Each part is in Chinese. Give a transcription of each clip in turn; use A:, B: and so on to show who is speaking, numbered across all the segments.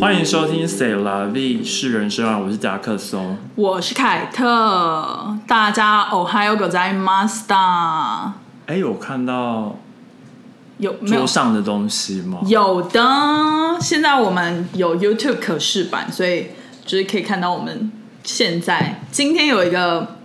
A: 欢迎收听《Say La V 是人生啊》，我是夹克松。
B: 我是凯特，大家 Ohio 狗仔 Master
A: 哎，有看到
B: 有没有
A: 桌？上的东西吗？
B: 有的，现在我们有 YouTube 可视版，所以就是可以看到我们现在今天有一个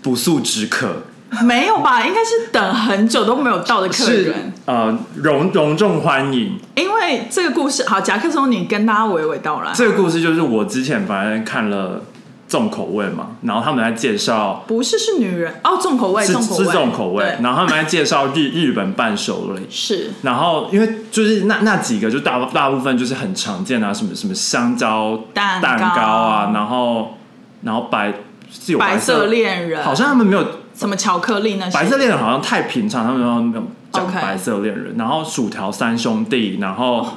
A: 不速之客
B: 没有吧？应该是等很久都没有到的客
A: 是
B: 人，
A: 呃，隆隆重欢迎。
B: 因为这个故事好，夹克松你跟大家娓娓道来，
A: 这个故事就是我之前反正看了重口味嘛，然后他们在介绍
B: 不是是女人哦，重口味，
A: 是
B: 重口味，
A: 是重口味，
B: 对
A: 然后他们在介绍 日日本伴手礼。
B: 是
A: 然后，因为就是那那几个，就大大部分就是很常见啊，什么什么香蕉
B: 蛋
A: 蛋糕啊
B: 糕，
A: 然后然后白是有
B: 白色
A: 色
B: 恋人，
A: 好像他们没有
B: 什么巧克力那些
A: 白色恋人，好像太平常，他们好像没有讲
B: OK 哦
A: 白色恋人。然后薯条三兄弟，然后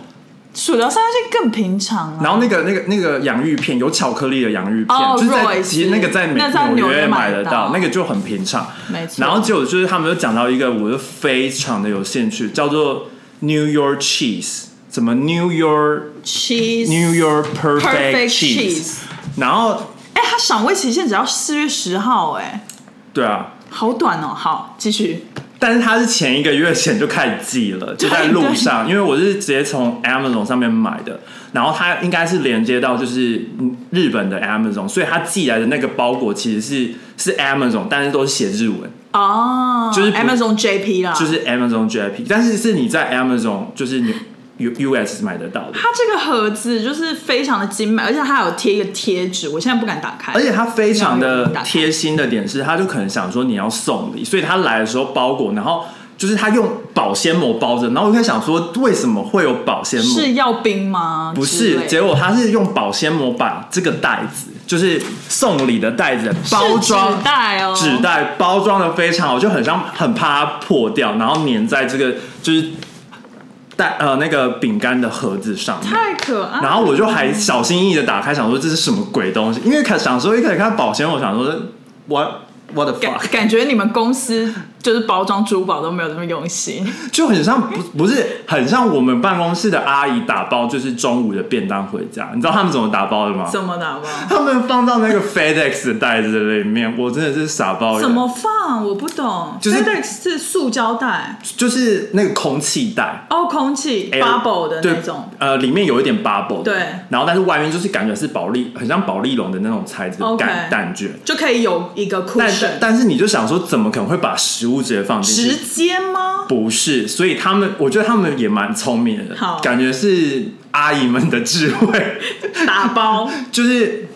B: 薯条三鲜更平常啊。
A: 然后那个那个那个洋芋片有巧克力的洋芋片，
B: 哦
A: 就是在
B: Royce
A: 其实那个在美
B: 那在
A: 纽
B: 纽
A: 约
B: 约
A: 买
B: 买
A: 得
B: 得
A: 到
B: 到，
A: 那个就很平常。
B: 没错，
A: 然后结果就是他们就讲到一个，我就非常的有兴趣，叫做 New York Cheese，怎么 New York
B: cheese
A: New York Perfect
B: perfect
A: Cheese，
B: cheese。
A: 然后
B: 哎、它赏味期限只要四月十号、哎，
A: 对啊，
B: 好短哦。好，继续。
A: 但是他是前一个月前就开始寄了，就在路上，因为我是直接从 Amazon 上面买的，然后它应该是连接到就是日本的 Amazon，所以它寄来的那个包裹其实是是 Amazon，但是都是写日文，
B: 哦，
A: 就是不
B: Amazon JP 啦，
A: 就是 Amazon JP，但是是你在 Amazon 就是你 U US 买得到的，
B: 它这个盒子就是非常的精美，而且它还有贴一个贴纸，我现在不敢打开。
A: 而且他非常的
B: 打开
A: 贴心的点是，他就可能想说你要送礼，所以他来的时候包裹，然后就是他用保鲜膜包着，然后我就在想说为什么会有保鲜膜？
B: 是要冰吗？
A: 不
B: 之类
A: 是，
B: 的
A: 结果他是用保鲜膜把这个袋子，就是送礼的袋子包
B: 是
A: 装
B: 纸，袋哦，
A: 纸袋包装的非常好，就很像很怕它破掉，然后粘在这个就是袋呃那个饼干的盒子上面。
B: 太可爱了。
A: 然后我就还小心翼翼的打开，想说这是什么鬼东西，因为看想说一开始看保鲜，我想说 what what the
B: 感
A: fuck，
B: 感觉你们公司就是包装珠宝都没有这么用 心，
A: 就很像不不是很像我们办公室的阿姨打包，就是中午的便当回家，你知道他们怎么打包的吗？
B: 怎么打包？
A: 他们放到那个 FedEx 的袋子里面，我真的是傻爆
B: 怎
A: 眼，
B: 么放？我不懂。
A: 就是
B: FedEx 是塑胶袋，
A: 就是那个空气袋。
B: 哦，空气
A: air-
B: bubble 的那种，
A: 对，呃，里面有一点 bubble，的
B: 对
A: 然后但是外面就是感觉是保利，很像保利龙的那种材质的
B: OK
A: 感感觉，
B: 就可以有一个
A: 但
B: cushion。
A: 但是你就想说，怎么可能会把食物直接放进去
B: 直？接吗？
A: 不是，所以他们，我觉得他们也蛮聪明的
B: 好，
A: 感觉是阿姨们的智慧，
B: 打包，
A: 就是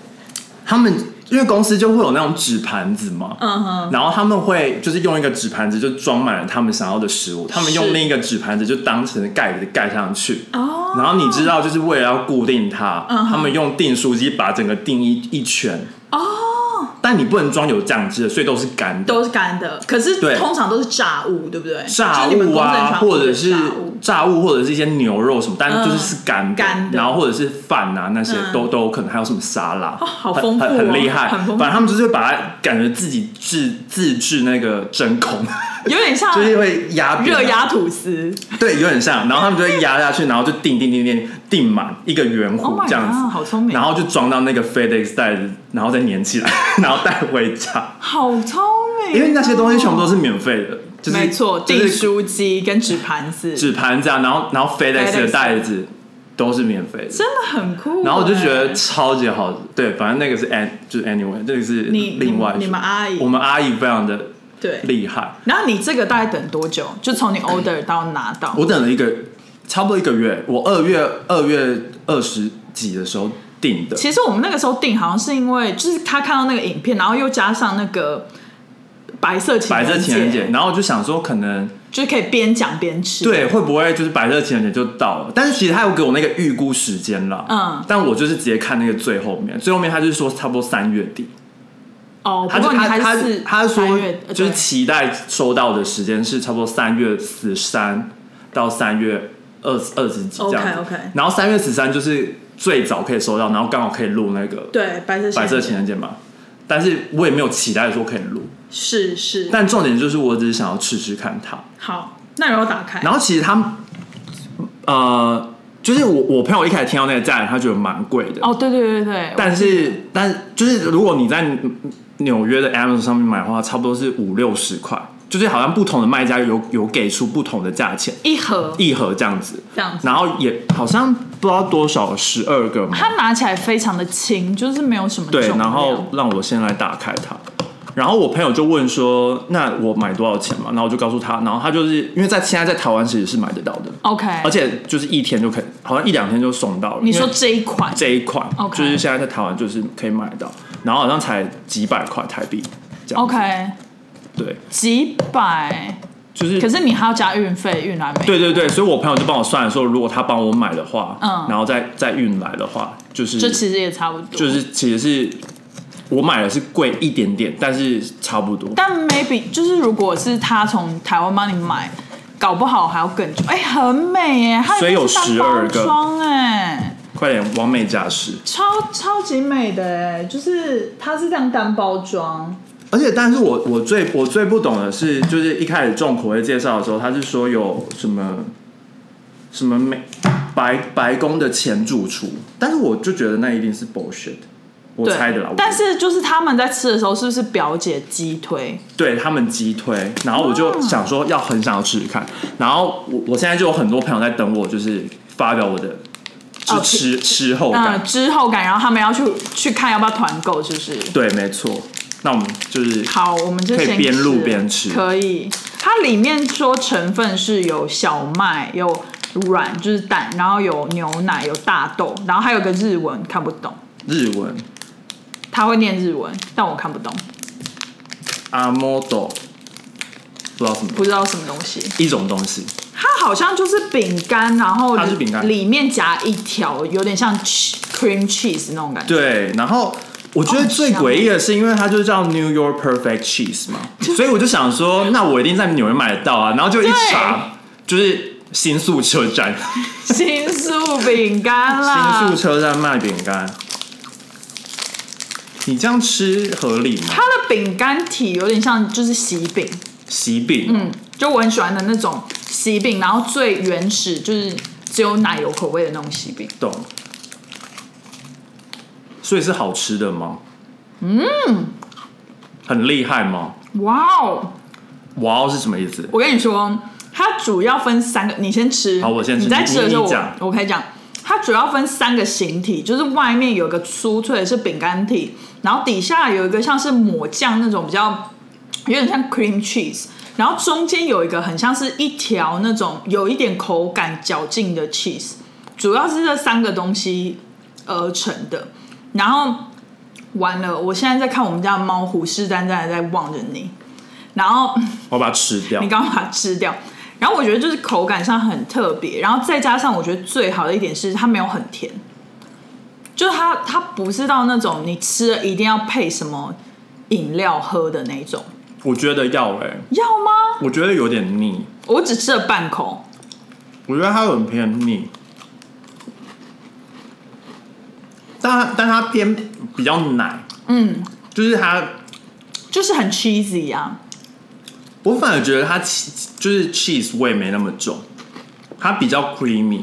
A: 他们因为公司就会有那种纸盘子嘛，
B: 嗯哼，
A: 然后他们会就是用一个纸盘子就装满了他们想要的食物，他们用
B: 是
A: 另一个纸盘子就当成盖子盖上去。
B: 哦，
A: 然后你知道，就是为了要固定它，
B: 嗯哼
A: 他们用订书机把整个订一一圈。哦，但你不能装有酱汁的，所以都是干的。
B: 都是干的，可是
A: 对
B: 通常都是炸物，对不对？
A: 炸
B: 就是你们
A: 物
B: 公司很喜
A: 啊，
B: 欢
A: 或者
B: 吃
A: 是
B: 的炸物嗯
A: 炸物，或者是一些牛肉什么，但就是是干的，
B: 干的
A: 然后或者是饭啊那些
B: 嗯
A: 都都有可能，还有什么沙拉，
B: 哦好丰富
A: 很
B: 哦
A: 很很厉害。
B: 很丰富
A: 反正他们就是把它感觉自己自自制那个真 空，
B: 有点像
A: 就是会压扁
B: 热压，吐司。
A: 对，有点像。然后他们就会压下去，然后就定定定定定满一个圆弧
B: Oh my
A: 这样子
B: god，好聪明
A: 然后就装到那个 FedEx 袋子，然后再粘起来，然后带回家。
B: 好聪明哦、
A: 因为那些东西全部都是免费的，就是
B: 没错，
A: 就是
B: 订书机跟纸盘子，
A: 纸盘这样，然后然后 FedEx 的袋子都是免费的，
B: 真的很酷、
A: 然后我就觉得
B: 哎
A: 超级好，对，反正那个是 an 就是 anyway，这个是
B: 你
A: 另外一
B: 你们你们阿姨
A: 我们阿姨非常的
B: 对。
A: 厉害，
B: 然后你这个大概等多久？就从你 order 到拿到，
A: 我等了一个差不多一个月，我二月二月二十几的时候订的，
B: 其实我们那个时候订，好像是因为就是他看到那个影片，然后又加上那个白色情
A: 白色
B: 人
A: 情人节，然后我就想说可能
B: 就是可以边讲边吃。，
A: 对会不会就是白色情人节就到了，但是其实他有给我那个预估时间啦，
B: 嗯
A: 但我就是直接看那个最后面，最后面他就是说差不多三月底，
B: 哦，
A: 他
B: 不
A: 就
B: 过你
A: 他
B: 还
A: 他
B: 是
A: 他
B: 三
A: 说
B: 月呃
A: 就是
B: 对
A: 期待收到的时间是差不多三月十三到三月二十二十几这样子
B: OK，OK
A: 然后三月十三就是最早可以收到，然后刚好可以录那个
B: 对白色
A: 白色
B: 情
A: 情
B: 人节
A: 人节嘛。但是我也没有期待说可以录，
B: 是是
A: 但重点就是我只是想要吃吃看它。
B: 好，那然后打开，
A: 然后其实它呃就是我我朋友一开始听到那个价钱，他觉得蛮贵的，
B: 哦，对对对对，
A: 但是但就是如果你在纽约的 Amazon 上面买的话，差不多是五六十块，就是好像不同的卖家有有给出不同的价钱，
B: 一盒
A: 一盒这样子，
B: 这样子，
A: 然后也好像不知道多少十二个嘛，
B: 它拿起来非常的轻，就是没有什么重
A: 对，
B: 量。
A: 然后让我先来打开它。然后我朋友就问说：“那我买多少钱嘛？”然后我就告诉他，然后他就是因为在现在在台湾其实是买得到的，
B: OK，
A: 而且就是一天就可以，好像一两天就送到了。
B: 你说
A: 因为
B: 这一款
A: 这一款
B: OK
A: 就是现在在台湾就是可以买到，然后好像才几百块台币这样子。
B: OK
A: 对，
B: 几百，
A: 就是
B: 可是你还要加运费，运来没？
A: 对对对，所以我朋友就帮我算了说，如果他帮我买的话，
B: 嗯
A: 然后再再运来的话，就是
B: 这其实也差不多，
A: 就。是其实是我买的是贵一点点，但是差不多。
B: 但 maybe 就是如果是他从台湾帮你买，搞不好还要更久。哎、很美耶，它
A: 所以有
B: 是单
A: 12个
B: 包装哎，
A: 快点，完美加持。
B: 超超级美的哎，就是它是这样单包装，
A: 而且，但是我我最我最不懂的是，就是一开始重口味介绍的时候，他是说有什么什么美白白宫的前主厨，但是我就觉得那一定是 bullshit，我
B: 对
A: 猜的啦。我
B: 但是就是他们在吃的时候，是不是表姐鸡腿？
A: 对他们击推，然后我就想说要很想要试试看，然后我我现在就有很多朋友在等我，就是发表我的就
B: 哦
A: 吃吃后
B: 嗯，
A: 感。
B: 之后感，然后他们要去去看要不要团购，是不是？
A: 对，没错。那我们就是
B: 好，我们就
A: 可以
B: 先
A: 边录
B: 吃
A: 边吃
B: 可以。它里面说成分是有小麦，有软就是蛋，然后有牛奶，有大豆，然后还有个日文看不懂，
A: 日文
B: 他会念日文，但我看不懂，
A: 阿莫多，不知道什么
B: 不知道什么东西。
A: 一种东西。
B: 它好像就是饼干，然后
A: 它是饼干
B: 里面夹一条，有点像 che- cream cheese 那种感觉。
A: 对，然后我觉得最诡异的是，因为它就是叫 New York Perfect Cheese 嘛，所以我就想说，那我一定在纽约买得到啊。然后就一查，就是新宿车站，
B: 新宿饼干啦，
A: 新宿车站卖饼干。你这样吃合理吗
B: 它？的饼干体有点像就是喜饼，
A: 喜饼，
B: 嗯，就我很喜欢的那种喜饼，然后最原始就是只有奶油口味的那种喜饼，
A: 懂。所以是好吃的吗？嗯，很厉害吗？
B: 哇哦！
A: 哇哦是什么意思？
B: 我跟你说，它主要分三个，你先吃，
A: 好我先吃
B: 你在吃的时候
A: 你你
B: 我
A: 讲
B: 我可以讲，它主要分三个形体，就是外面有一个酥脆的是饼干体，然后底下有一个像是抹酱那种比较有点像 cream cheese，然后中间有一个很像是一条那种有一点口感嚼劲的 cheese，主要是这三个东西而成的，然后。完了，我现在在看我们家的猫虎视眈眈的在望着你，然后
A: 我要把它吃掉
B: 你。刚刚把它吃掉。然后我觉得就是口感上很特别，然后再加上我觉得最好的一点是它没有很甜，就是它它不是到那种你吃了一定要配什么饮料喝的那种，
A: 我觉得要哎、
B: 要吗？
A: 我觉得有点腻，
B: 我只吃了半口，
A: 我觉得它很偏腻，但它但它偏比较奶，
B: 嗯，
A: 就是它，
B: 就是很 cheesy 啊，
A: 我反而觉得它起就是 cheese 味没那么重，它比较 creamy。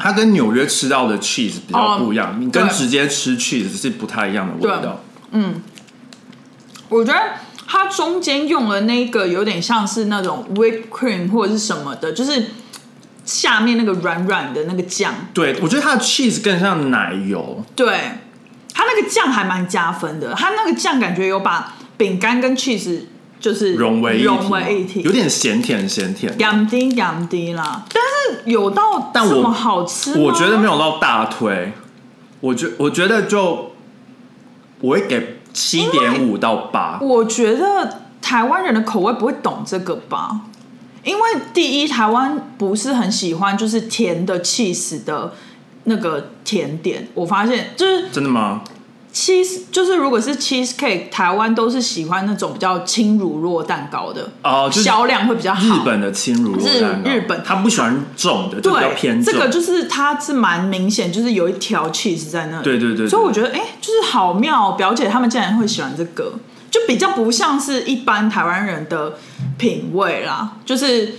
A: 它跟纽约吃到的 cheese 比较不一样，
B: 哦
A: 你跟
B: 对
A: 直接吃 cheese 是不太一样的味道。
B: 我觉得它中间用了那个有点像是那种 whipped cream 或者是什么的，就是下面那个软软的那个酱，
A: 对我觉得它的 cheese 更像奶油，
B: 对，它那个酱还蛮加分的，它那个酱感觉有把饼干跟 cheese 就是
A: 融为一体嘛，
B: 融为一体，
A: 有点咸甜咸甜。
B: 养滴养滴啦。但是有到
A: 但我
B: 这么好吃吗
A: 我觉得没有到大推，我觉我觉得就我会给七点五到八，
B: 我觉得台湾人的口味不会懂这个吧？因为第一，台湾不是很喜欢就是甜的 cheese 的那个甜点，我发现就是
A: 真的吗？
B: cheese，就是如果是 cheese cake，台湾都是喜欢那种比较轻乳酪蛋糕的，
A: 哦就是
B: 销量会比较好。
A: 日本的轻乳酪蛋糕
B: 日日本
A: 他不喜欢重的，就比较
B: 对，
A: 偏
B: 这
A: 重。
B: 个就是它是蛮明显，就是有一条 cheese 在那里。
A: 对对对对
B: 所以我觉得，哎、就是好妙哦，表姐他们竟然会喜欢这个，就比较不像是一般台湾人的品味啦，就是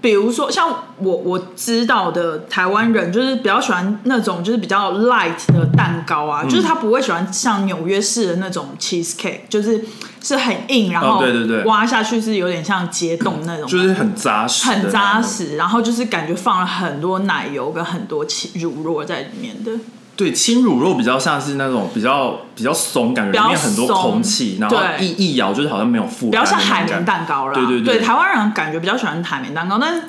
B: 比如说像我我知道的台湾人，就是比较喜欢那种就是比较 light 的蛋糕啊，
A: 嗯
B: 就是他不会喜欢像纽约式的那种 cheese cake，就是是很硬，然
A: 哦
B: 后
A: 对对对
B: 挖下去是有点像结冻那种，
A: 就是很扎实，
B: 很扎。实，然后就是感觉放了很多奶油跟很多起乳酪在里面的。
A: 对，轻乳肉比较像是那种比较比较松，感觉
B: 较
A: 里面很多空气，
B: 松
A: 然后
B: 对
A: 一一咬就是好像没有负
B: 比较
A: 担的
B: 像
A: 那种
B: 海
A: 感觉，
B: 绵蛋糕啦。
A: 对对
B: 对
A: 对
B: 台湾人感觉比较喜欢海绵蛋糕，但是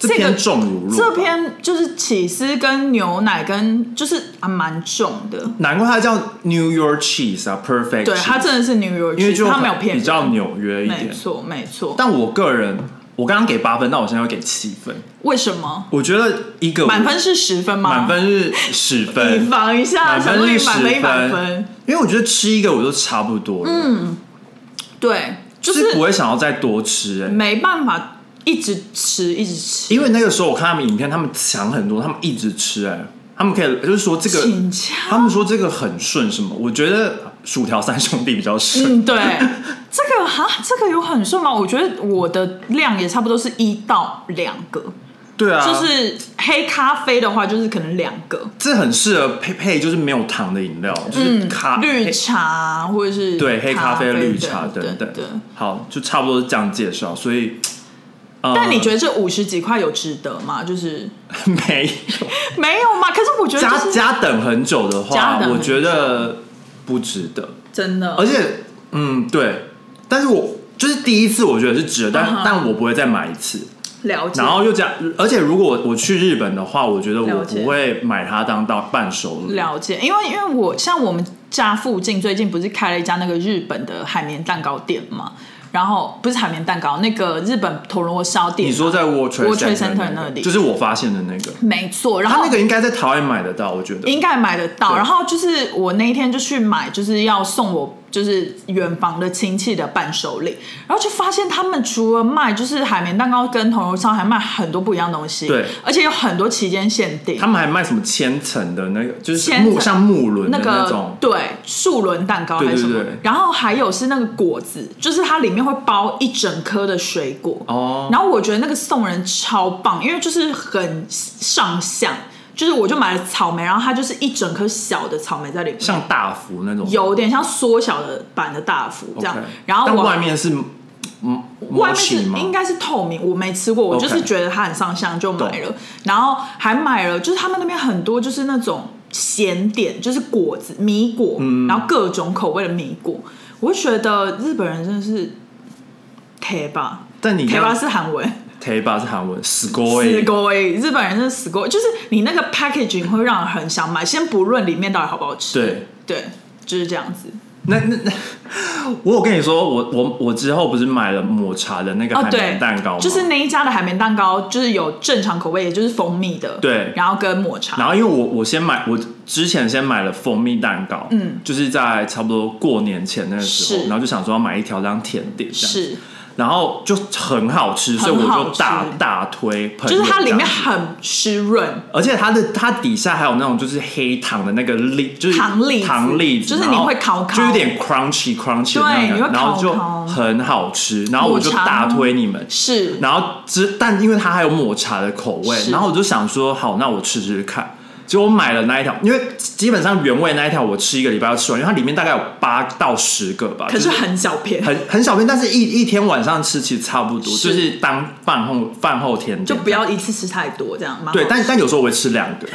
A: 这
B: 这个
A: 偏重乳酪，
B: 这篇就是起司跟牛奶跟就是啊蛮重的，
A: 难怪它叫 New York cheese 啊，perfect cheese。
B: 对，它真的是 New York，
A: 因为就
B: cheese，它没有骗人，
A: 比较纽约一
B: 没
A: 点。
B: 错没错。
A: 但我个人，我刚刚给八分，但我现在要给七分。
B: 为什么
A: 我觉得一个
B: 满分是十分吗？
A: 满分是十
B: 以
A: 分，
B: 防一下，
A: 满
B: 想
A: 分
B: 说
A: 是
B: 你满
A: 十
B: 分一百分，，
A: 因为我觉得吃一个我就差不多了，嗯，
B: 对，就
A: 不
B: 是
A: 会想要再多吃哎、
B: 没办法一直吃一直吃，
A: 因为那个时候我看他们影片，他们强很多，他们一直吃哎、他们可以就是说这个，
B: 请假。
A: 他们说这个很顺什么，我觉得薯条三兄弟比较顺，
B: 嗯，对， 这个哈，这个有很顺吗？我觉得我的量也差不多是一到两个，
A: 对啊，
B: 就是黑咖啡的话，就是可能两个，
A: 这很适合配配就是没有糖的饮料，就是嗯咖、
B: 嗯绿茶或者是
A: 对黑咖啡、
B: 啡
A: 绿茶
B: 等
A: 等
B: 对。
A: 好，就差不多是这样介绍。所以，呃
B: 但你觉得这五十几块有值得吗？就是
A: 嗯 没有
B: 没有嘛？可是我觉得、
A: 加
B: 就是、
A: 加等很久的
B: 加
A: 话
B: 等很，久
A: 我觉得不值得。
B: 真的，
A: 而且，嗯，对，但是我就是第一次，我觉得是值得，但、
B: 嗯哼
A: 但我不会再买一次。
B: 了解。
A: 然后又加，而且如果我我去日本的话，我觉得我
B: 了解
A: 不会买它当到伴手礼。
B: 了解，因为因为我像我们家附近最近不是开了一家那个日本的海绵蛋糕店嘛，然后不是海绵蛋糕，那个日本铜锣烧店，啊
A: 你说在 World Trade
B: World Trade
A: Center
B: Center
A: 那
B: 那
A: 个，
B: 里
A: 就是我发现的那个。
B: 没错，然
A: 他
B: 后
A: 那个应该在台湾买得到，我觉得。
B: 应该买得到。
A: 对
B: 然后就是我那一天就去买，就是要送我就是远房的亲戚的伴手礼，然后就发现他们除了卖就是海绵蛋糕跟铜锣烧，还卖很多不一样的东西，
A: 对
B: 而且有很多期间限定
A: 他。们还卖什么千层的那个，就是
B: 千层
A: 木像木轮的
B: 那
A: 那
B: 个
A: 种，
B: 对树轮蛋糕还是什么
A: 对对对
B: 然后还有是那个果子，就是它里面会包一整颗的水果，
A: 哦，
B: 然后我觉得那个送人超棒，因为就是很上相，就是我就买了草莓，然后它就是一整颗小的草莓在里面，
A: 像大福那种，
B: 有点像缩小的版的大福
A: OK
B: 这样。然后
A: 但
B: 我
A: 外面是嗯，
B: 外面是
A: mochi 吗
B: 应该是透明，我没吃过，我
A: OK
B: 就是觉得它很上相就买了，然后还买了，就是他们那边很多就是那种咸点，就是果子米果，
A: 嗯
B: 然后各种口味的米果，我就觉得日本人真的是贴吧，
A: 但你
B: 贴
A: 看
B: 吧是韩文。
A: teba 是韩文 s c o
B: 死狗哎，日本人真的死狗，就是你那个 packaging 会让人很想买，先不论里面到底好不好吃，
A: 对，
B: 对，就是这样子。
A: 那那那，我有跟你说，我我我之后不是买了抹茶的那个
B: 哦，
A: 海
B: 对
A: 绵，蛋糕吗？
B: 就是那一家的海绵蛋糕，就是有正常口味，也就是蜂蜜的，
A: 对
B: 然后跟抹茶，
A: 然后因为我我先买，我之前先买了蜂蜜蛋糕，
B: 嗯，
A: 就是在差不多过年前那个时候，
B: 是
A: 然后就想说要买一条当甜点，这样。
B: 是，
A: 然后就很好吃，所以我
B: 很好
A: 就
B: 吃
A: 大大推朋
B: 就
A: 友
B: 是它里
A: 这样
B: 面
A: 子
B: 很湿润，
A: 而且它的它底下还有那种就是黑糖的那个粒，就是
B: 糖粒子
A: 糖粒子，
B: 就是你
A: 然后
B: 会烤烤
A: 就有点 crunchy crunchy 的那
B: 对你
A: 种
B: 会
A: 感觉，然后就
B: 烤烤
A: 很好吃，然后我就
B: 抹茶
A: 大推你们。
B: 是
A: 然后之但因为它还有抹茶的口味，
B: 是
A: 然后我就想说好，那我吃吃看。结果我买了那一条，因为基本上原味那一条我吃一个礼拜要吃完，因为它里面大概有八到十个吧，
B: 可
A: 就是
B: 很小片，
A: 很很小片，但是一一天晚上吃其实差不多，
B: 是
A: 就是当饭后饭后甜点
B: 就不要一次吃太多这样，蛮好
A: 对，但但有时候我会吃两 个，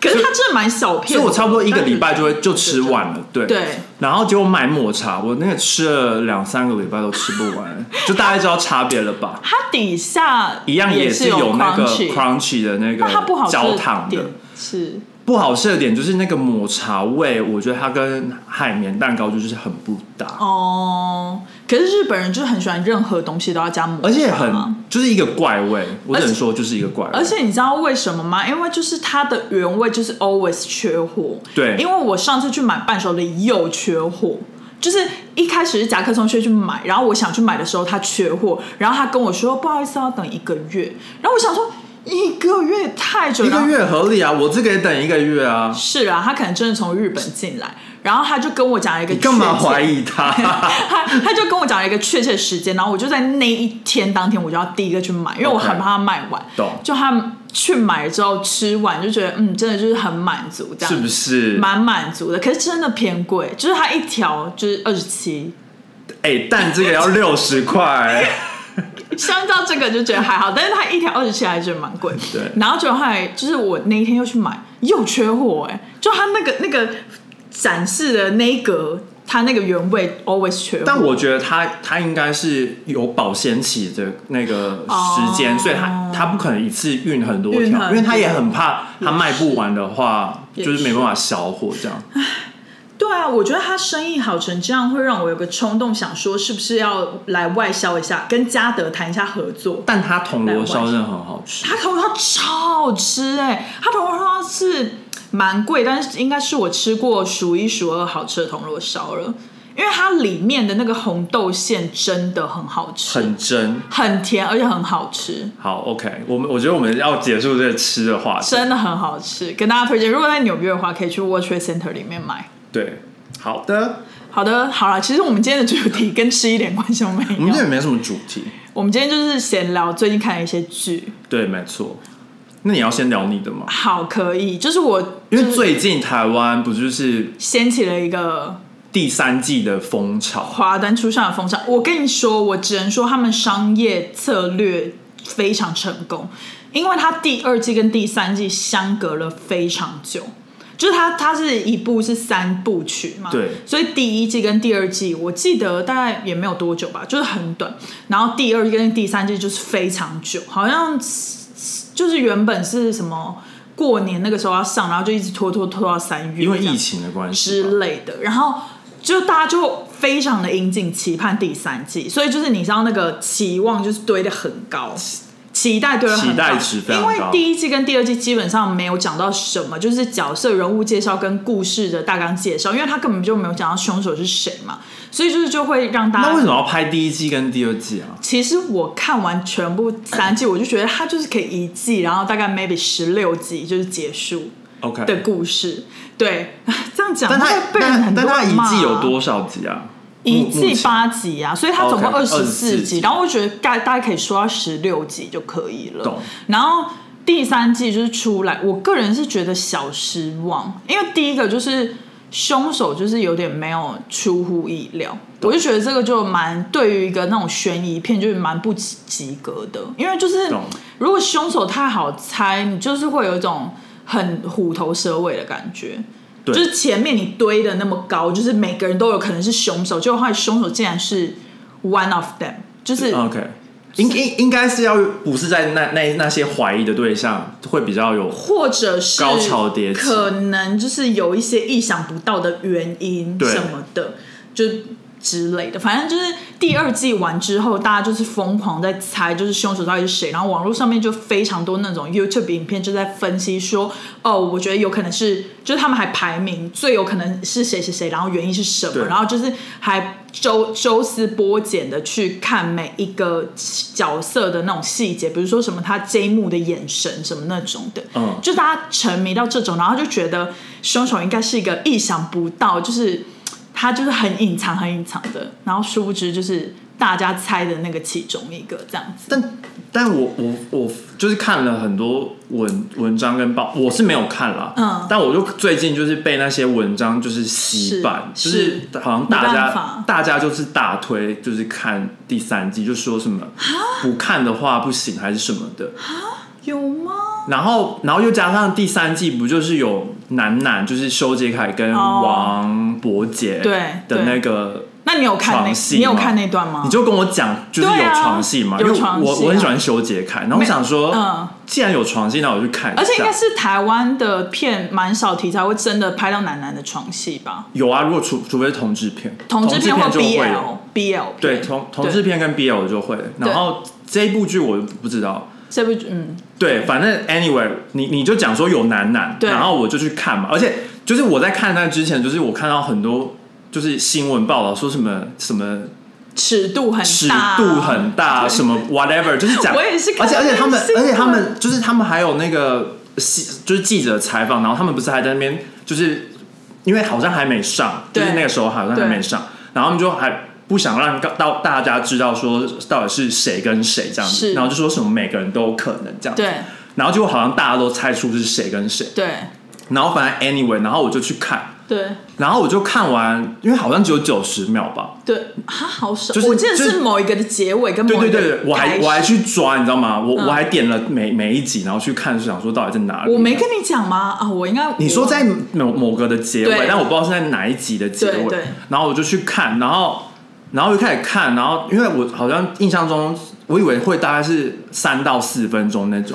B: 可是它真的蛮小片的，
A: 所以我差不多一个礼拜就会就吃
B: 对
A: 完了，对。
B: 对，
A: 然后结果买抹茶，我那个吃了两三个礼拜都吃不 完，就大概知道差别了吧？
B: 它底下
A: 一样
B: 也
A: 是有
B: 有
A: 那个
B: crunchy
A: crunchy 的那个
B: 那它不好吃
A: 焦糖的
B: 点，是
A: 不好吃的点就是那个抹茶味，我觉得它跟海绵蛋糕就是很不搭。
B: 哦，可是日本人就是很喜欢任何东西都要加抹茶，
A: 而且很就是一个怪味，我只
B: 啊而
A: 能
B: 且
A: 说就是一个怪味。
B: 而且你知道为什么吗？因为就是它的原味就是 always 缺货。
A: 对
B: 因为我上次去买伴手礼又缺货，就是一开始是夹克松靴去买，然后我想去买的时候它缺货，然后他跟我说不好意思要等一个月，然后我想说一个月太久，
A: 一
B: 然
A: 个
B: 后
A: 月合理啊，我这个也等一个月啊，
B: 是啊，他可能真的从日本进来，然后他就跟我讲了一个
A: 你干嘛
B: 确切
A: 怀疑他？
B: 他他就跟我讲了一个确切时间，然后我就在那一天当天，我就要第一个去买，因为我
A: OK
B: 很怕他卖完。
A: 懂
B: 就他去买了之后吃完，就觉得嗯，真的就是很满 足，这样
A: 是不是？
B: 蛮满足的。可是真的偏贵，就是它一条就是二十七，
A: 哎、蛋这个要六十块，
B: 相较这个就觉得还好，但是它一条二十七还是觉得蛮贵。
A: 对
B: 然后就后来就是我那一天又去买，又缺货哎、就它那个那个展示的那一格，它那个原味 always 缺货。
A: 但我觉得他他应该是有保鲜期的那个时间
B: 哦
A: 所以他他不可能一次运很多条，
B: 运很多
A: 因为他也很怕
B: 也
A: 他卖不完的话，
B: 也
A: 就是没
B: 是
A: 办法销货这样。
B: 对啊，我觉得他生意好成这样，会让我有个冲动，想说是不是要来外销一下，跟嘉德谈一下合作。
A: 但他铜锣烧真的很好吃，
B: 他铜锣烧超好吃哎、他铜锣烧是蛮贵，但是应该是我吃过数一数二好吃的铜锣烧了，因为它里面的那个红豆馅真的很好吃，
A: 很真。
B: 很甜，而且很好吃。
A: 好，OK，我们我觉得我们要结束这个吃的话题。
B: 真的很好吃，跟大家推荐。如果在纽约的话，可以去 World Trade Center 里面买。
A: 对，好的，
B: 好的，好了，其实我们今天的主题跟吃一点关系都没有。
A: 我们这也没什么主题。
B: 我们今天就是闲聊最近看的一些剧，
A: 对，没错。那你要先聊你的吗？
B: 好可以，就是我
A: 因
B: 啊就
A: 为
B: 是
A: 最近台湾不就是
B: 掀起了一个
A: 第三季的风潮？
B: 华灯初上的风尚。我跟你说，我只能说他们商业策略非常成功，因为它第二季跟第三季相隔了非常久。就是它，它是一部是三部曲嘛，
A: 对
B: 所以第一季跟第二季，我记得大概也没有多久吧，就是很短。然后第二季跟第三季就是非常久，好像就是原本是什么过年那个时候要上，然后就一直拖拖拖到三月，
A: 因为
B: 这样
A: 疫情的关系吧，
B: 之类的，然后就大家就非常的引颈期盼第三季，所以就是你知道那个期望就是堆的很高，期待堆的很高，
A: 期待值非常
B: 因
A: 高
B: 为第一季跟第二季基本上没有讲到什么，就是角色人物介绍跟故事的大纲介绍，因为他根本就没有讲到凶手是谁嘛，所以就是就会让大
A: 那为
B: 家
A: 什。么要拍第一季跟第二季啊？
B: 其实我看完全部三季，我就觉得它就是可以一季，然后大概 maybe 十六集就是结束
A: OK，
B: 的故事。对， 这样讲，
A: 但
B: 会
A: 它
B: 被人很
A: 但
B: 多
A: 但它
B: 人骂
A: 一季有
B: 啊
A: 多少集啊？
B: 一
A: 目
B: 季，八集啊，所以它总共
A: OK，
B: 二十
A: 24
B: 四
A: 集
B: 集，然后我觉得大大概可以说到十六集就可以
A: 懂
B: 了。然后第三季就是出来，我个人是觉得小失望，因为第一个就是凶手就是有点没有出乎意料，我就觉得这个就蛮对于一个那种悬疑片就是蛮不及及格的，因为就是
A: 懂
B: 如果凶手太好猜，你就是会有一种很虎头蛇尾的感觉。
A: 对
B: 就是前面你堆的那么高，就是每个人都有可能是凶手，结果后来凶手竟然是 one of them，就
A: 目
B: 是
A: 前 OK。应应应该是要不是在那那那些怀疑的对象会比较有
B: 或者是
A: 高潮迭起
B: 可能就是有一些意想不到的原因
A: 对
B: 什么的，就之类的。反正就是第二季完之后，大家就是疯狂在猜，就是凶手到底是谁。然后网络上面就非常多那种 YouTube 影片就在分析说，哦，我觉得有可能是，就是他们还排名最有可能是谁谁谁，然后原因是什么
A: 对，
B: 然后就是还。周周丝剥茧的去看每一个角色的那种细节，比如说什么他这一幕的眼神什么那种的，
A: 嗯
B: 就大家沉迷到这种，然后就觉得凶手应该是一个意想不到，就是他就是很隐藏、很隐藏的，然后殊不知就是大家猜的那个其中一个这样子。
A: 但但我我我就是看了很多文文章跟报，我是没有看啦。
B: 嗯
A: 但我就最近就是被那些文章就是洗版，
B: 是
A: 就是好像大
B: 没办
A: 家
B: 法
A: 大家就是大推，就是看第三季，就说什么
B: 啊
A: 不看的话不行还是什么的。
B: 有吗？
A: 然后然后又加上第三季不就是有男男，就是修杰楷跟
B: 哦
A: 王伯杰
B: 对
A: 的
B: 对
A: 那个
B: 那你有看
A: 床
B: 那？
A: 戏
B: 你有
A: 吗
B: 看那段吗？
A: 你就跟我讲，就是
B: 嗯对
A: 有
B: 啊
A: 床戏嘛，
B: 有
A: 因为
B: 床
A: 我
B: 戏啊
A: 我很喜欢修杰楷，然后我
B: 没
A: 想说，
B: 嗯
A: 既然有床戏，那我就看一下。
B: 而且应该是台湾的片蛮少题材会真的拍到男男的床戏吧？
A: 有啊，如果除除非是同志片，
B: 同志片或
A: 就会有
B: BL BL
A: 对
B: 片
A: 同同志片跟 BL 就会。然后这一部剧我不知道，
B: 这部嗯
A: 对，反正 anyway，你你就讲说有男男，
B: 对
A: 然后我就去看嘛，而且就是我在看那之前，就是我看到很多就是新闻报道说什么什么
B: 尺度很
A: 尺
B: 大，啊
A: 度很大，什 么 whatever，就是讲，
B: 我也是
A: 而
B: 看
A: 且而且他们
B: 新，闻
A: 而且他们就是他们还有那个记就是记者采访，然后他们不是还在那边就是因为好像还没上，就
B: 对
A: 是那个时候好像还没上，然后他们就还。不想让告到大家知道说到底是谁跟谁这样子，
B: 是
A: 然后就说什么每个人都有可能这样子，
B: 对
A: 然后结果好像大家都猜出是谁跟谁，
B: 对
A: 然后反正 anyway，然后我就去看，
B: 对
A: 然后我就看完，因为好像只有九十秒吧，
B: 对，他好少，
A: 就是
B: 我记得
A: 就是
B: 是某一个的结尾跟
A: 对
B: 某
A: 对
B: 一个
A: 对，我还
B: 开始嗯
A: 我还去抓，你知道吗？我、我还点了每每一集，然后去看，是想说到底在哪里。
B: 我没跟你讲吗？啊，我应该
A: 你说在某某个的结尾
B: 对，
A: 但我不知道是在哪一集的结尾
B: 对对。
A: 然后我就去看，然后然后就开始看，然后因为我好像印象中，我以为会大概是三到四分钟那 种，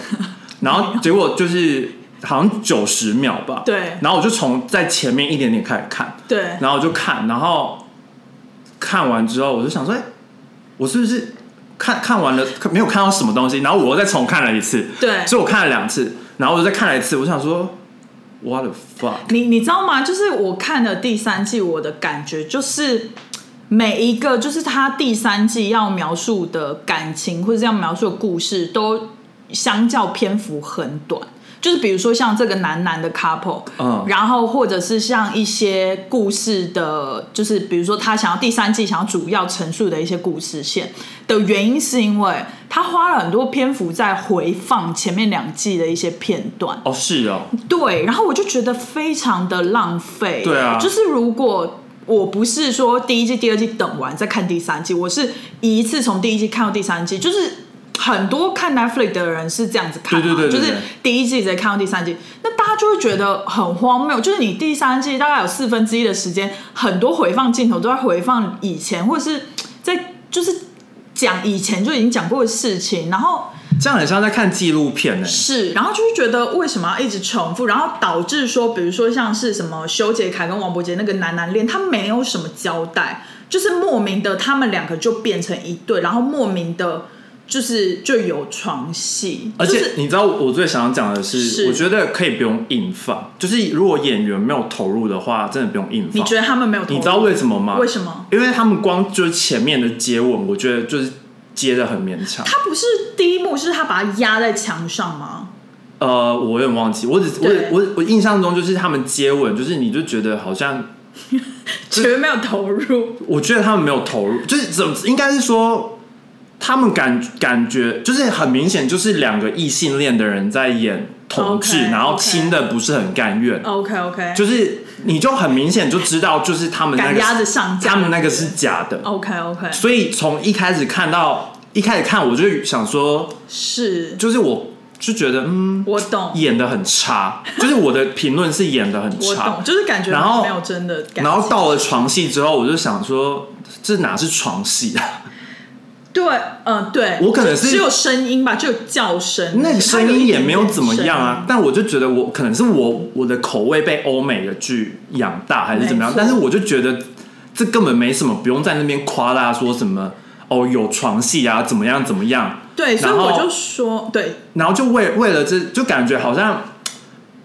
A: 然后结果就是好像九十秒吧。
B: 对
A: 然后我就从在前面一点点开始看，
B: 对
A: 然后我就看，然后看完之后，我就想说，哎、我是不是看看完了看没有看到什么东西？然后我又再重看了一次，
B: 对
A: 所以我看了两次，然后我又再看了一次，我想说，what the fuck？
B: 你你知道吗？就是我看了第三季，我的感觉就是每一个，就是他第三季要描述的感情或者要描述的故事，都相较篇幅很短。就是比如说像这个男男的 couple，
A: 嗯
B: 然后或者是像一些故事的，就是比如说他想要第三季想要主要陈述的一些故事线的原因，是因为他花了很多篇幅在回放前面两季的一些片段。
A: 哦，是哦，
B: 对，然后我就觉得非常的浪费。
A: 对啊
B: 就是如果我不是说第一季、第二季等完再看第三季，我是一次从第一季看到第三季，就是很多看 Netflix 的人是这样子看嘛，啊
A: 对对对对对
B: 就是第一季直接看到第三季，那大家就会觉得很荒谬。就是你第三季大概有四分之一的时间，很多回放镜头都在回放以前，或者是在就是讲以前就已经讲过的事情，然后。
A: 这样很像在看纪录片呢、
B: 是，然后就是觉得为什么要一直重复，然后导致说，比如说像是什么修杰楷跟王伯杰那个男男恋，他没有什么交代，就是莫名的他们两个就变成一对，然后莫名的，就是就有床戏，
A: 而
B: 就
A: 且
B: 是
A: 你知道我最想讲的是，
B: 是
A: 我觉得可以不用硬放，就是如果演员没有投入的话，真的不用硬
B: 你
A: 放。
B: 觉得他们没有投入，
A: 你知道为什么吗？
B: 为什么？
A: 因为他们光就是前面的接吻，我觉得就是接的很勉强。
B: 他不是第一幕是他把他压在墙上吗？
A: 呃，我有点忘记，我只我
B: 对
A: 我我印象中就是他们接吻，就是你就觉得好像，
B: 绝对没有投入，
A: 我觉得他们没有投入，就是怎么应该是说，他们感感觉就是很明显就是两个异性恋的人在演同志
B: OK，
A: 然后
B: OK
A: 亲的不是很甘愿
B: OK OK，
A: 就是你就很明显就知道就是他们那
B: 赶
A: 个
B: 鸭子上架，
A: 他们那个是假的，
B: OK OK
A: 所以从一开始看到一开始看我就想说，
B: 是，
A: 就是我就觉得嗯
B: 我懂。
A: 演的很差，就是我的评论是演的很
B: 我
A: 差
B: 懂，，就是感觉
A: 然后
B: 没有真的感
A: 然后
B: 情
A: 到了床戏之后，我就想说，这哪是床戏 啊？
B: 对，嗯、对，
A: 我可能
B: 就是只有声音吧，只有叫声，
A: 那个声音也没有怎么样
B: 它有一点点声
A: 啊
B: 音。。
A: 但我就觉得我可能是我我的口味被欧美的剧养大还是怎么样
B: 没，错
A: 但是我就觉得这根本没什么，不用在那边夸大说什么哦有床戏啊，怎么样怎么样。
B: 对，所以
A: 然后
B: 我就说，对，
A: 然后就为为了这就感觉好像。